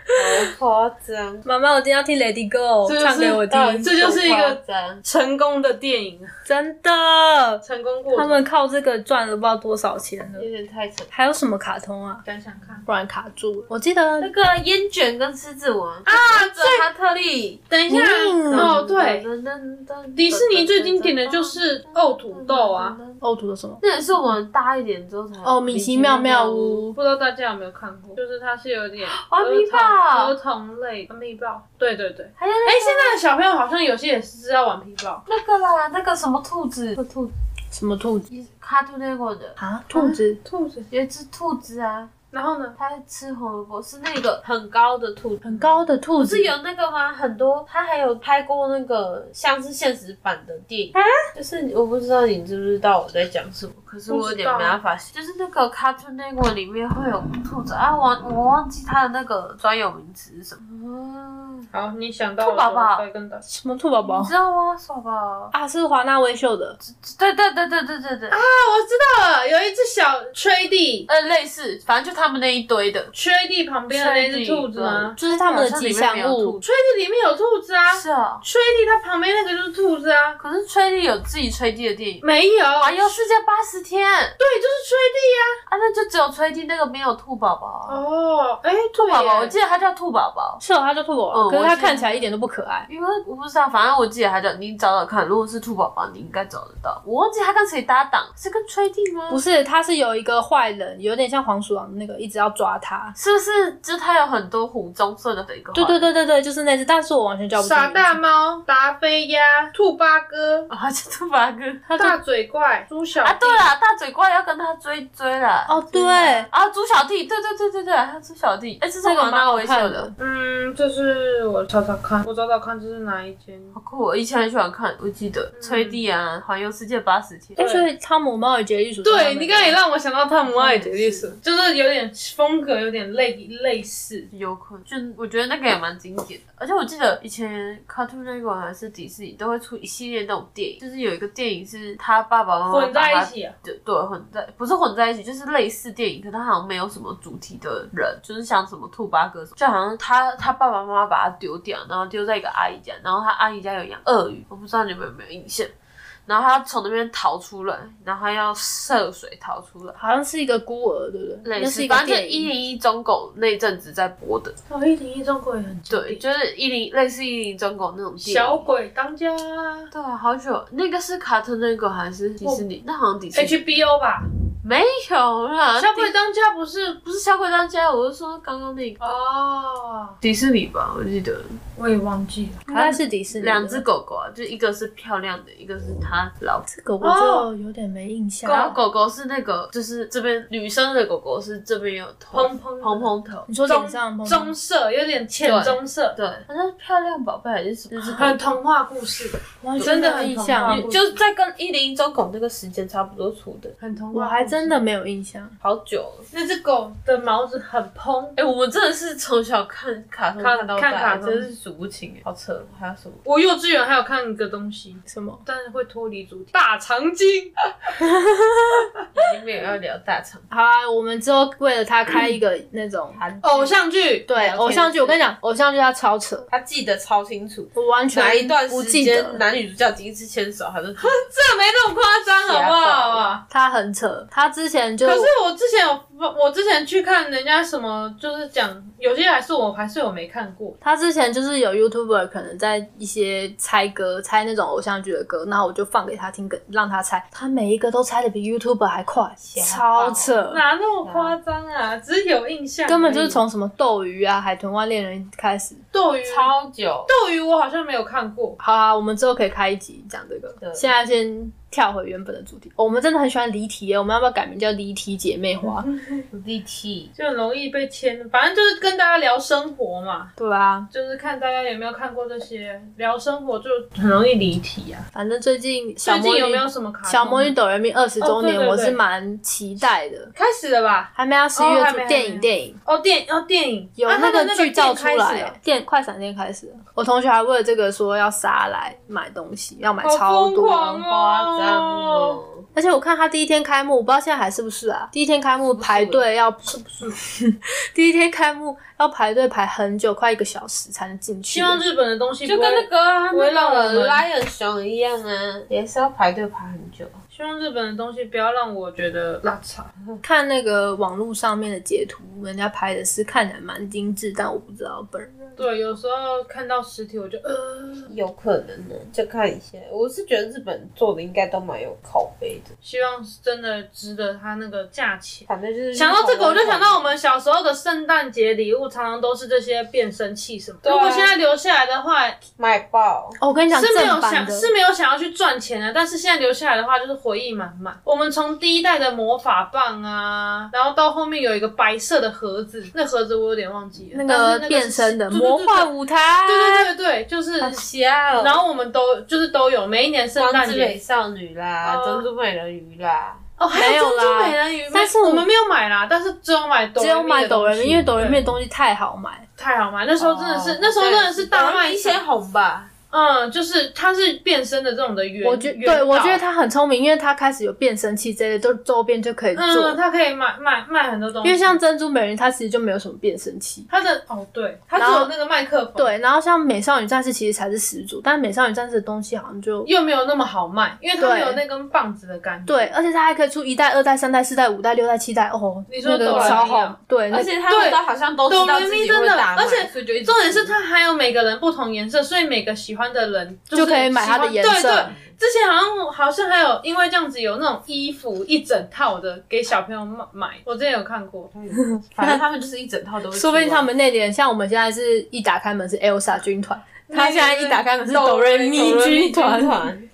夸张，
妈妈，我今天要听 Lady Go
这就是
唱给我
啊
听，
到底
这就是一个
多夸张
成功的电影，
真的，
成功过
他
程。
们靠这个赚了不知道多少钱了
有。点太扯。
还有什么卡通啊？
想想看，
不然卡住了。我记得
那个烟卷跟狮子王啊，哈特利。
等一下，
嗯
哦对，
对
迪士尼最经典的就是沤土豆啊，
呕吐的哦什么？
那也是我们大一点之后才
哦，米奇妙妙屋。
不知道大家有没有看过，就是它是有点
环
儿
皮
童
豹
儿童类环皮豹，对对对。
还有
哎，现在的小朋友好像有些也是知道玩皮豹，
那个啦，那个什么兔子，兔子
什么兔子
，Cartoon Network 的，
啊？兔子？
兔子，
有一只兔子啊，
然后呢？
它在吃红萝卜，是那个
很高的兔
啊
子，
很高的兔
不
子
是？有那个吗？很多，他还有拍过那个像是现实版的电
啊
影，就是我不知道你知不知道我在讲什么。
可是我有点没办法，就是那个 Cartoon Network 里面会有兔子啊，我我忘记它的那个专有名词是什么，
哦，
好，你想到
兔宝宝
了再跟大家
什么兔宝宝
你？知道吗，宝宝？
啊，是华纳威秀的。
对对对对对对对，
啊，我知道了，有一只小 t 地
呃，类似，反正就他们那一堆的，
t 地旁边的那只兔子吗
Trendy，
就是他们的吉祥
好像里面没有
物
兔，
t 地里面有兔子啊 t
是啊，
地它旁边那个就是兔子啊，
可是吹地有自己吹地的电
嗯
影，
没有，
环游世界八十天啊，
对，就是吹地
那就只有吹地那个没有兔宝宝
啊。
啊、
哦，哎，兔
兔宝宝，我记得它叫兔宝宝，
是有哦它叫兔宝宝，
嗯
可是
我
它
记得
看起来一点都不可爱。
因为我不知道，反正我记得它叫，你找找看，如果是兔宝宝，你应该找得到。我忘记它跟谁搭档，是跟吹地吗？
不是，它是有一个坏人，有点像黄鼠狼那个，一直要抓它。
是不是？就是它有很多湖棕色的一个，
对对，对对对，就是那只，但是我完全叫不出名
傻
字
大猫、达菲鸭、兔八哥、
啊、叫兔八哥
它
大
就
嘴怪、猪小弟
啊啊，对啦，大嘴怪要跟他追追啦。
哦对
啊，猪小弟，对对对对对，还有猪小弟，哎、这是
那个
我
蛮
那
好
微
看
笑
的
的。
嗯，这是我找找看，我找找看这是哪一间？
好酷！我以前很喜欢看，我记
嗯
得《吹地》啊，《环游世界八十天》
哎，所以汤姆猫与杰利鼠是他们的。
对你刚才也让我想到汤姆爱杰利斯
嗯，
哦就是有点风格有点类类似，
有可能，就我觉得那个也蛮经典的。而且我记得以前 Cartoon Network 还是迪士尼都会出一系列那种电影，就是有一个电影是他爸爸妈妈
混在
把他
一，起啊。
对对，混在不是混在一起，就是类似电影，可他好像没有什么主题的人，就是像什么兔八哥什么，就好像他他爸爸妈妈把他丢掉，然后丢在一个阿姨家，然后他阿姨家有养鳄鱼，我不知道你们有没有印象。然后他从那边逃出来，然后他要涉水逃出来。
好像是一个孤儿，对不对？
类
那是
似
一，个
反正就
电
一
影。
零一中狗那一阵子在播的，
哦，一零一中国也很经
对，
典
就是一零类似一零一中狗那种电影
小鬼当家
对啊，好久，那个是卡特那个还是迪士尼？那好像迪士尼
，HBO 吧，
没有啦，
小鬼
迪
当家不是
不是小鬼当家，我是说刚刚那个
哦，
迪士尼吧，我记得
我也忘记了。
应该是迪士尼的
两只狗狗啊，就一个是漂亮的，一个是它老
这个我就有点没印象。
然后哦狗狗是那啊个，就是这边女生的狗狗是这边有头
蓬蓬的
蓬蓬头，
你说
棕
脸上碰
棕色，有点浅棕色，
对，好像漂亮宝贝还是什么，就是
很童话故事，
完全
真的
没有
很
印
恐
象
怖，
就是在跟一零一中狗那个时间差不多出的，
很童
我
话。
还真的没有印象。
好久了。
那只狗的毛子很蓬。
哎、我们真的是从小看卡通
看
到大，
看卡通
真是数不清哎，好扯。还有什么？
我幼稚园还有看一个东西，
什么？
但是会脱离主题，大长今。
已经没有要聊大肠，
好啊，我们之后为了他开一个那种
哦
哦
偶像剧，哦
对偶像剧，我跟你讲，偶像剧它超扯，
他记得超清楚，
我完全
哪一段
不
时
记
间
得。
男女主角第一次牵手，他
这
就
没这么夸张，好不好啊？
他很扯，他之前就
可是我之前有，我之前去看人家什么，就是讲有些还是我还是我没看过，
他之前就是有 YouTuber 可能在一些猜歌，猜那种偶像剧的歌，然后我就放给他听，跟让他猜，他每一个都猜的比 YouTuber 还快，
爆
超扯。
哪那么夸张啊？只是有印象而已，
根本就是从什么斗鱼啊、海豚湾恋人开始。
斗鱼
超久。
斗鱼，我好像没有看过。
好啊，我们之后可以开一集讲这
对
个。现在先跳回原本的主题。哦我们真的很喜欢离题耶，我们要不要改名叫离题姐妹花？
力气
就很容易被牵，反正就是跟大家聊生活嘛，
对啊，
就是看大家有没有看过这些聊生活，就很容易离题啊。
反正最近小
最
魔
近
女
有没有什么卡通？
啊
啊
小魔女哆来咪二十周年，
哦对对对
我是蛮期待的。
开始了吧？
还没啊，十一月
还
初
没还没
电影电影
哦，电哦电影
有
啊它的
剧照
电
出
开始
来啊
了，
电快闪店开始了。我同学还为了这个说要杀来买东西，要买
好
超
疯
多。
狂啊
夸张
哦！
哦！
而且我看他第一天开幕，我不知道现在还是不是啊？第一天开幕
不是
排队要
是不是？
第一天开幕要排队排很久，快一个小时才能进去。
希望日本的东西
就
不
跟那
会，
个啊，
不会
那
让我
个
们
Lion 熊一样啊，也是要排队排很久。
希望日本的东西不要让我觉得拉差。
看那个网络上面的截图，人家拍的是看起来蛮精致，但我不知道本人。
对，有时候看到实体我就呃，
有可能呢，就看一下。我是觉得日本做的应该都蛮有口碑的，
希望是真的值得它那个价钱。
反正就是
想到这个，我就想到我们小时候的圣诞节礼物，常常都是这些变声器什么的。
对啊
如果现在留下来的话，
卖爆，
哦，我跟你讲，
是没
正
有
版
想
的
是没有想要去赚钱的，但是现在留下来的话就是回忆满满。我们从第一代的魔法棒啊，然后到后面有一个白色的盒子，那盒子我有点忘记了，
那
但是那
个
是
呃变身的
对
魔幻舞台，
对对对对对，就是。
瞎
啊然后我们都就是都有，每一年圣
光
诞
哦之
节
美少女啦，
哦
珍珠美人鱼啦，
哦，还
没有
珍珠
啦
美人鱼，
但是
我
我
们没有买啦，但是只有买哆
只有买
哆
抖人，因为哦抖人
对
面的东西太好买。
太好买，那时候真的
哦
是，那时候真的是大卖
一
场
先红吧。
嗯，就是它是变身的这种的原，
我觉
原
对，我
道
觉得他很聪明，因为他开始有变声器这类，都周边就可以做。
嗯，它可以卖卖卖很多东西，
因为像珍珠美人，它其实就没有什么变声器。
它的哦对，它
然
只
后
有那个麦克风，，
对，然后像美少女战士其实才是始祖，但美少女战士的东西好像就
又没有那么好卖，因为它
对
没有那根棒子的感觉，
对，而且它还可以出一代、二代、三代、四代、五代、六代、七代哦，
你说
那
哆
个
啦
超
A
好
啊，
对，那
而且他们都好像都知道
对
自己会
哆来咪
打
真的而
麦，
且
所以就一直
重点是它还有每个人不同颜色，所以每个喜欢的人就
就是可以买它的
喜欢
颜色
对对，之前好像好像还有因为这样子有那种衣服一整套的给小朋友买买，我之前有看过，
反正他们就是一整套都会出啊。
说不定他们那点像我们现在是一打开门是 Elsa 军团，他现在一打开门是哆瑞咪
哆瑞咪
军团，
团，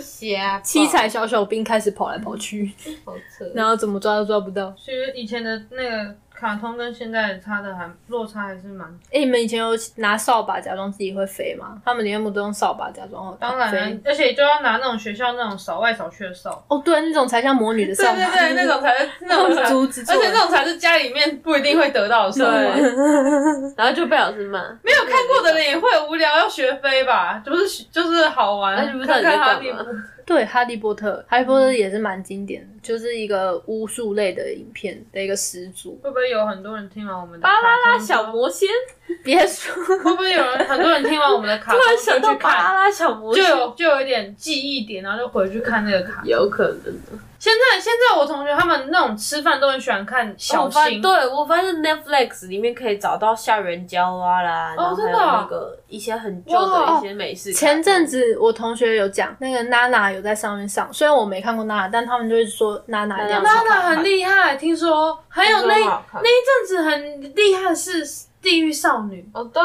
瞎
七彩小小兵开始跑来跑去，
好扯。
然后怎么抓都抓不到。
其实以前的那个卡通跟现在的差的还落差还是蛮
哎、你们以前有拿扫把假装自己会飞吗？他们里面不都用扫把假装会飞？
当然啊，而且就要拿那种学校那种扫外扫去的扫。
哦，对，那种才像魔女的
对
扫把。
对对，那 种才是那 种才，
竹子做
而
的
且那种才是家里面不一定会得到的扫把。
对
然后就被老师骂。
没有看过的人也会无聊要学飞吧，就是就是好
那
玩
你不。知道
看
你在
看
干嘛
哈利波特，
对，哈利波特，哈利波特也是蛮经典的，就是一个巫术类的影片的一个始祖。
会不会有很多人听完我们的
巴啦
卡
啦
通
小魔仙，
别说，
会不会有人很多人听完我们的卡
突
通
然想
就
到
去
巴啦
看？
啦小魔
就
仙，
有就有一点记忆点，然后就回去看那个卡。
有可能。
现在现在我同学他们那种吃饭都很喜欢看小
哦我发
新，
对我发现 Netflix 里面可以找到校园胶蛙啦，然后还
真
有
的啊
那个一些很旧的一些美式卡通。
前阵子我同学有讲，那个娜娜有在上面上，虽然我没看过娜娜，但他们就会说娜娜一定要
娜
娜
上。
娜很厉害，听说还有那
听说好看
那一阵子很厉害的是《地狱少女》，
哦，对，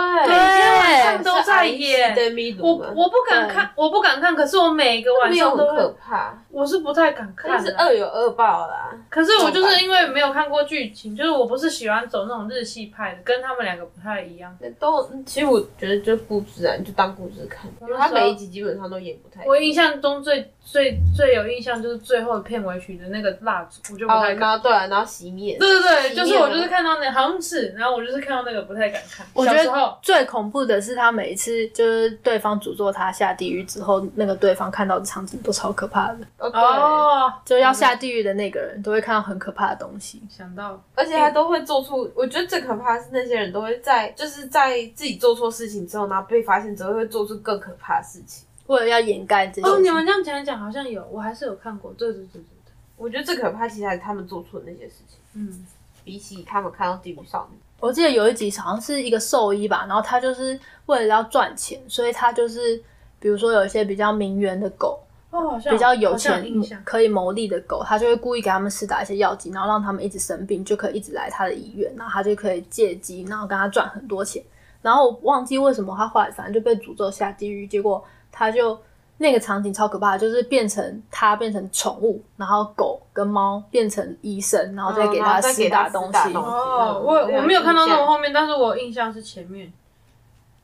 对
都在演
对，咪
我
鲁吗，
我不敢看，我不敢看，可是我每个晚
没有
上
很
都
可
会，
怕，啊
我是不太敢
但
看
是
的。
恶有恶报啦。
可是我就是因为没有看过剧情，就是我不是喜欢走那种日系派的，跟他们两个不太一样。
那都其实我觉得就故事啊，你就当故事看，因为它每一集基本上都演不太一样。
我印象中最最最有印象就是最后片尾曲的那个蜡烛，我就不
哦，
太
然
敢。
后对啊，然后熄灭。
对对对，就是我就是
熄灭了
看到那好像是，然后我就是看到那个不太敢看。
我觉
小时候
得最恐怖的是，他每一次就是对方诅咒他下地狱之后，那个对方看到的场景都超可怕的，
哦，对
哦，
就要下地狱的那个人都会看到很可怕的东西。
想到
而且他都会做出，我觉得最可怕的是那些人都会在，就是在自己做错事情之后，然后被发现之后会做出更可怕的事情。
为了要掩盖这些，
哦，你们这样讲一讲，好像有，我还是有看过。对对对对对，
我觉得最可怕其实还是他们做出的那些事情，
嗯，
比起他们看到地狱少女，
我记得有一集好像是一个兽医吧，然后他就是为了要赚钱，所以他就是比如说有一些比较名媛的狗，
哦，好像
比较有
好像
钱
印象。
可以牟利的狗，他就会故意给他们施打一些药剂，然后让他们一直生病，就可以一直来他的医院，然后他就可以借机，然后跟他赚很多钱。然后我忘记为什么他后来反正就被诅咒下地狱，结果他就那个场景超可怕的，就是变成他变成宠物，然后狗跟猫变成医生，然后再给
嗯然
他
后再
施
给他
打东
施打
西，
东西
哦，我我没有看到那么后面，但是我印象是前面。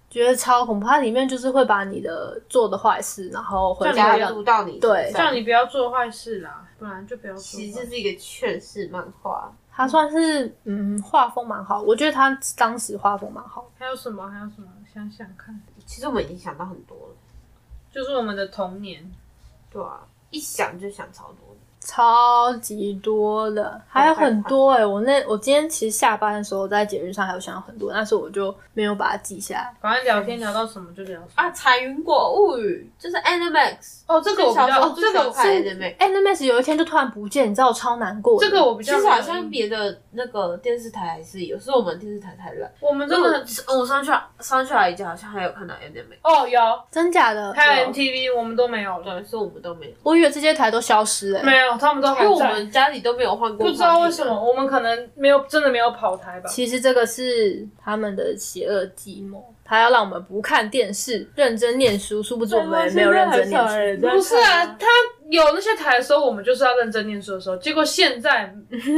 觉得超恐怖。它里面就是会把你的做的坏事，然后回
这样
家
你
加
也
让
入到你
对
身上
叫你不要做坏事啦，不然就不要做坏
其
事。
实就是一个劝世漫画。
他算是嗯画风蛮好，我觉得他当时画风蛮好。
还有什么？还有什么？想想看，
其实我们已经想到很多了，
就是我们的童年。
对啊，一想就想超多的。
超级多的，还有很多哎、我那我今天其实下班的时候在捷运上还有想到很多，但是我就没有把它记下来。
反正聊天聊到什么就聊什么。
啊，《彩云果物语》就是 Animax，
哦，这个我比
小时
较，
候
哦这
最喜
个
欢看
是
Animax。
哎、那 m a x 有一天就突然不见，你知道我超难过的。
这个我比
其
较
实
没有印，
好像别的那个电视台还是有，是我们电视台太烂。
我们真的很
哦我上去上去来已经好像还有看到 Animax，
哦有，
真假的，
还有 MTV 我们都没有了，
啊对，是我们都没有，
我以为这些台都消失哎、
没有，他们都还
因为我
在。
们家里都没有换过。
不知道为什么，，我们可能没有真的没有跑台吧。
其实这个是他们的邪恶计谋，他要让我们不看电视，认真念书。殊不知我们也没有认真念书。
不是啊，他有那些台的时候，我们就是要认真念书的时候。结果现 在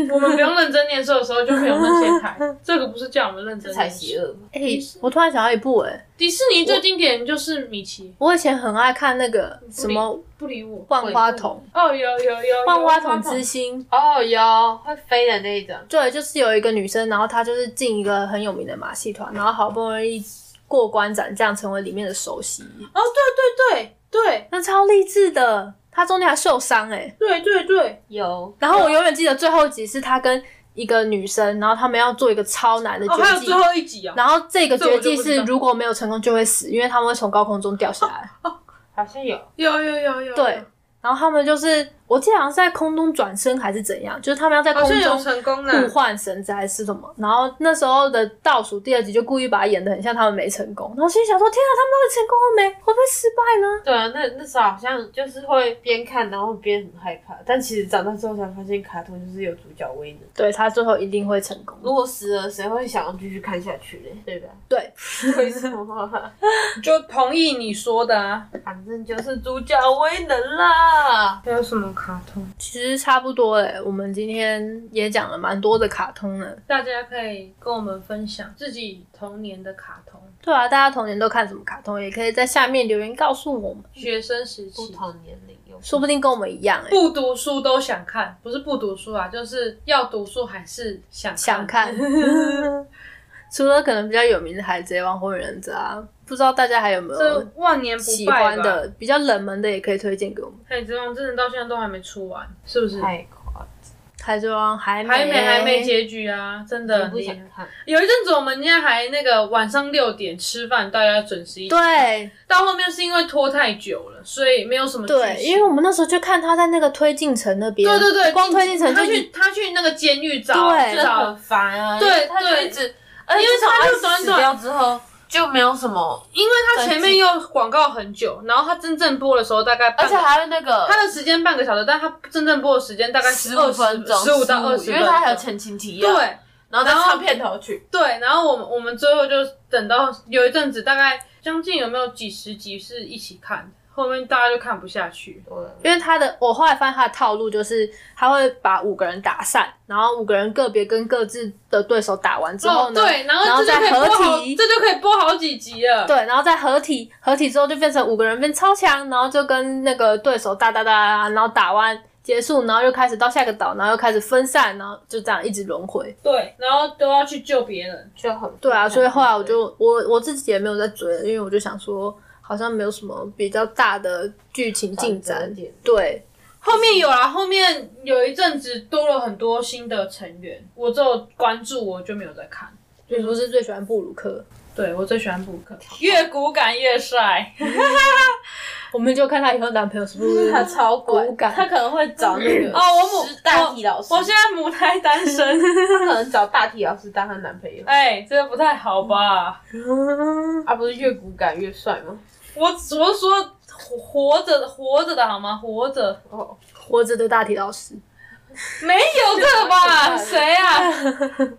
我们不用认真念书的时候，就没有那些台。这个不是叫我们认真
才
念
邪
书。
恶吧。
哎、我突然想到一部哎、
迪士尼最经典就是米奇，
我以前很爱看那个什么
不理我。
万花筒，
哦，有有有，
万花筒
有
之星。
哦，有会飞的那一种，
对，就是有一个女生，然后她就是进一个很有名的马戏团，然后好不容易过关斩将，成为里面的首席，
哦，对对对对
那超励志的。她中间还受伤哎、
对对对，
有
然后我永远记得最后一集是她跟一个女生，然后他们要做一个超难的
哦，还
绝
有
技。
最后一集啊，
然后这个绝技
这我就不知
是
道
如果没有成功就会死，因为他们会从高空中掉下来。
好像有，
有有有有，
对，然后他们就是我记得好像是在空中转身还是怎样，就是他们要在空
好像有
中
成功
互
了。
换绳子还是什么。然后那时候的倒数第二集就故意把它演的很像他们没成功，然后心里想说：天啊，他们到底成功了没？会不会失败呢？
对啊，那那时候好像就是会边看然后边很害怕，但其实长大之后才发现卡通就是有主角威能。
对他最后一定会成功。
如果死了，谁会想要继续看下去嘞？对吧？
对，
为什么？啊
就同意你说的啊。
反正就是主角威能啦。
还有什么卡通？
其实差不多诶，我们今天也讲了蛮多的卡通了。
大家可以跟我们分享自己童年的卡通，
对啊，大家童年都看什么卡通，也可以在下面留言告诉我们，
学生时
不
期。
同年龄有
说不定跟我们一样诶。欸
不读书都想看，不是不读书啊，就是要读书还是想看
想看。 除了可能比较有名的《海贼王》《火影忍者》啊，不知道大家还有没
这
有
万年不
喜
败
欢
吧。
的、比较冷门的，也可以推荐给我们。
海贼王真的到现在都还没出完，是不是？还
太夸
《海贼王》还没
没还没结局啊，真的
张，
很
不
厉害
想看。
有一阵子我们家还那个晚上六点吃饭，大家准时一起。，
对
到后面是因为拖太久了，所以没有什么剧
对，
情
因为我们那时候就看他在那个推进城那边，
对对对，
光推进城就
他去他去那个监狱找
对
真的
找
很烦啊！
对
因为他就
对
一直，而且
因为
自从
他就
艾斯
短
死
短
掉之后就没有什么，
因为它前面又广告很久，然后它真正播的时候大概半
而且
个，
还有那个
它的时间半个小时，但它真正播的时间大概
十五分钟，
十五到二十，
因为他还有前情提要，，
对
然后再
然后
唱片头曲，
对，然后我们我们最后就等到有一阵子，大概将近有没有几十集是一起看的，后面大家就看不下去。
因为他的，我后来发现他的套路就是他会把五个人打散，然后五个人个别跟各自的对手打完之后
哦，
呢，
对，然后
后
这就可
再
以播好，
合体，
这就可以播好几集了。
对，然后再合体，合体之后就变成五个人变超强，然后就跟那个对手打打打打，然后打完结束，然后又开始到下个岛，然后又开始分散，然后就这样一直轮回。
对，然后都要去救别人。
就很
对啊，所以后来我就我我自己也没有在追了，因为我就想说好像没有什么比较大的剧情进展
转折点。
对，
后面有啦，后面有一阵子多了很多新的成员，我只有关注，我就没有再看。
你不是最喜欢布鲁克，
对我最喜欢布鲁克，越骨感越 帅。
我们就看他以后男朋友是不是
他超怪
骨，感
他可能会找那个
哦，我母
师大体老师，
我，我现在母胎单身，
他可能找大体老师当她男朋友。
哎、这不太好吧？
啊，不是越骨感越帅吗？
我我是说活活着的活着的好吗？活着
哦，
活着的大体老师，
没有这个吧？谁啊？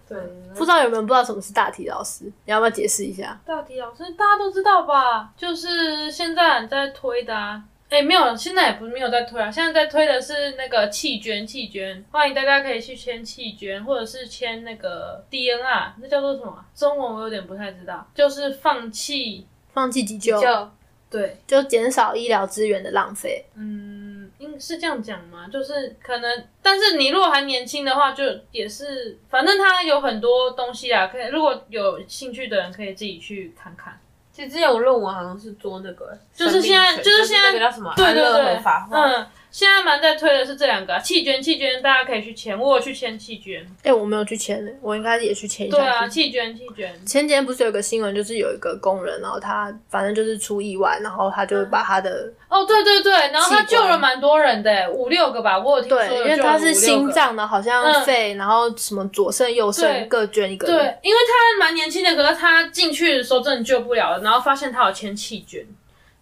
对，
不知道有没有人不知道什么是大体老师？你要不要解释一下？
大体老师大家都知道吧？就是现在很在推的啊。哎、没有，现在也不是没有在推啊，现在在推的是那个弃捐，弃捐，欢迎大家可以去签弃捐，或者是签那个 DNR，那叫做什么啊？中文我有点不太知道，就是放弃
放弃急救，
就
对，
就减少医疗资源的浪费。
嗯，应是这样讲吗？就是可能，但是你如果还年轻的话，就也是，反正它有很多东西啊，可以如果有兴趣的人可以自己去看看。
其实之前我论文好像是做那个，
就是现在
生命权
就是现在
那个叫什么？
对对
安乐
对
合法，化，
嗯，现在蛮在推的是这两个、啊、弃捐，弃捐，大家可以去签，我有去签弃捐。
哎、我没有去签、欸，我应该也去签一下。
对啊，弃捐，弃捐。
前几天不是有个新闻，就是有一个工人，然后他反正就是出意外，然后他就把他的、
哦，对对对，然后他救了蛮多人的、五六个吧，我有听说
对，
有
因为
救了
他是
五六个
心。脏的，好像
嗯
肺，然后什么左肾右
对
肾各捐一个
对
人。，
因为他蛮年轻的，可是他进去的时候真的救不了了，然后发现他有签弃捐，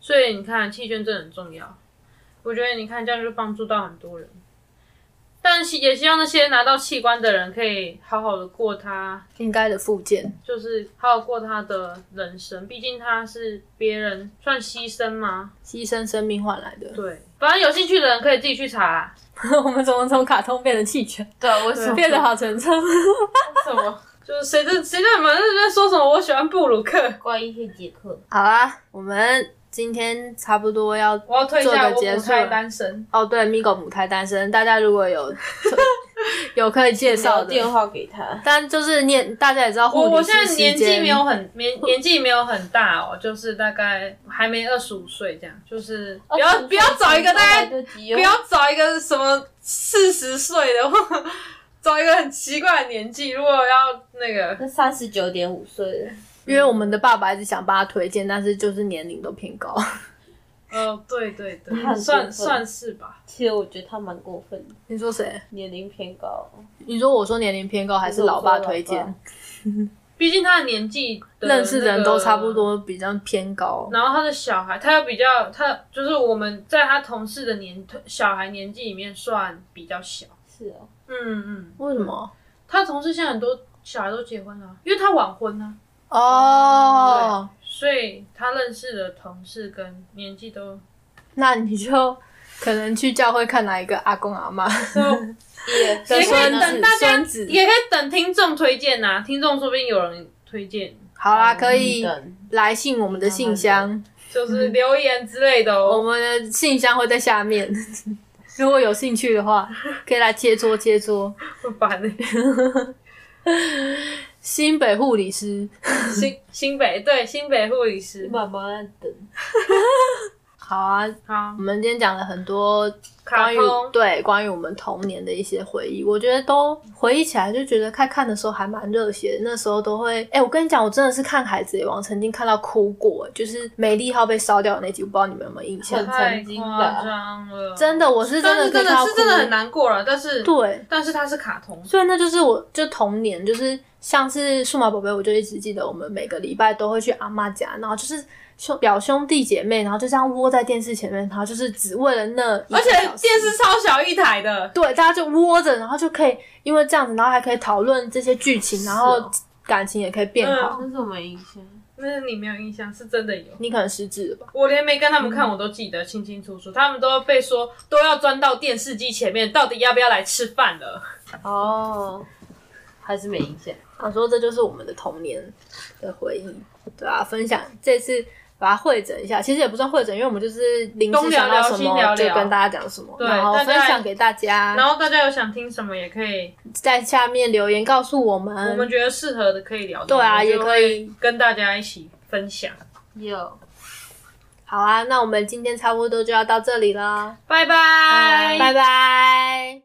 所以你看弃捐真的很重要。我觉得你看这样就帮助到很多人，但希也希望那些拿到器官的人可以好好的过他
应该的附件。
就是好好过他的人生，毕竟他是别人算牺牲吗？
牺牲生命换来的。
对，反正有兴趣的人可以自己去查啊啦。
我们怎么从卡通变成弃权，
对啊，为什么？
变得好沉重？
什么？
就是谁在谁在满在在说什么？我喜欢布鲁克，
怪异黑杰克，
好啦，我们今天差不多要
我要退下
做得
我
结
母
束了
胎单身。
哦，对，Migo 母胎单身，大家如果有有可以介绍
打
的，
电话给他，
但就是念大家也知道护
我
理
我
师
现在年
时
纪
间
没有很年年纪没有很大哦，就是大概还没二十五岁这样，就是不要不要找一个大概
来得及哦
不要找一个什么四十岁的 或找一个很奇怪的年纪，如果要那个
那三十九点五岁了，
因为我们的爸爸一直想帮他推荐，但是就是年龄都偏高。
呃，对对对，
很
算
过分
算是吧。
其实我觉得他蛮过分的，
你说谁？
年龄偏高。
你说我说年龄偏高还是
我说
老爸
老
推荐
爸？
毕竟他的年纪的
认识的人
那个
都差不，多，比较偏高。
然后他的小孩，他又比较，他就是我们在他同事的年小孩年纪里面算比较小。
是哦，
嗯嗯，
为什么？
他同事现在很多小孩都结婚了，因为他晚婚啊，
哦，
所以他认识的同事跟年纪都
那你就可能去教会看哪一个阿公阿妈。
也
也
跟
可以
孙
等
子
大家
孙，子
也可以等听众推荐呐、听众说不定有人推荐，
好
嗯
啦，可以
等
来信我们的信箱，
就是留言之类的
我
哦。
们的信箱会在下面。 如果有兴趣的话，可以来切磋切磋
我烦欸
新北护理师。
新新北对新北护理师，
慢慢等。
好啊，
好
我，们今天讲了很多
卡
关于
通
对关于我们童年的一些回忆，我觉得都回忆起来就觉得看看的时候还蛮热血的，那时候都会，哎、我跟你讲，我真的是看《海贼王》曾经看到哭过，就是美丽号被烧掉的那集，我不知道你们有没有印象？
很
太
曾经
夸
吧
张了，
真的，我是真
但
的
是
跟
真的
他
是真的很
难。
难过了，但是
对，
但是它是卡通，
所以那就是我就童年，就是像是数码宝贝，我就一直记得我们每个礼拜都会去阿妈家，然后就是兄表兄弟姐妹，然后就这样窝在电视前面，然后就是只为了那一个
而且
小时
电视超小一台的，
对，大家就窝着，然后就可以因为这样子，然后还可以讨论这些剧情，
啊
然后感情也可以变好。
嗯
那是我没印象。
那是你没有印象，是真的有。
你可能失智了吧？
我连没跟他们
嗯
看，我都记得清清楚楚。他们都被说都要钻到电视机前面，到底要不要来吃饭了？
哦，还是没印象。
想说这就是我们的童年的回忆，对啊，分享这次把它汇整一下，其实也不算汇整，因为我们就是临时
东聊
想
聊
到什
西
么
聊
就
聊
跟大家讲什么，
对
然后
大
分
家
享给大家，
然后大家有想听什么也可以，
在下面留言告诉我
我们
们。
觉得适合的可以聊的，
嗯对啊
我们就
也可以
会跟大家一起分享。
有，
好啊，那我们今天差不多就要到这里了，
拜拜，
拜拜。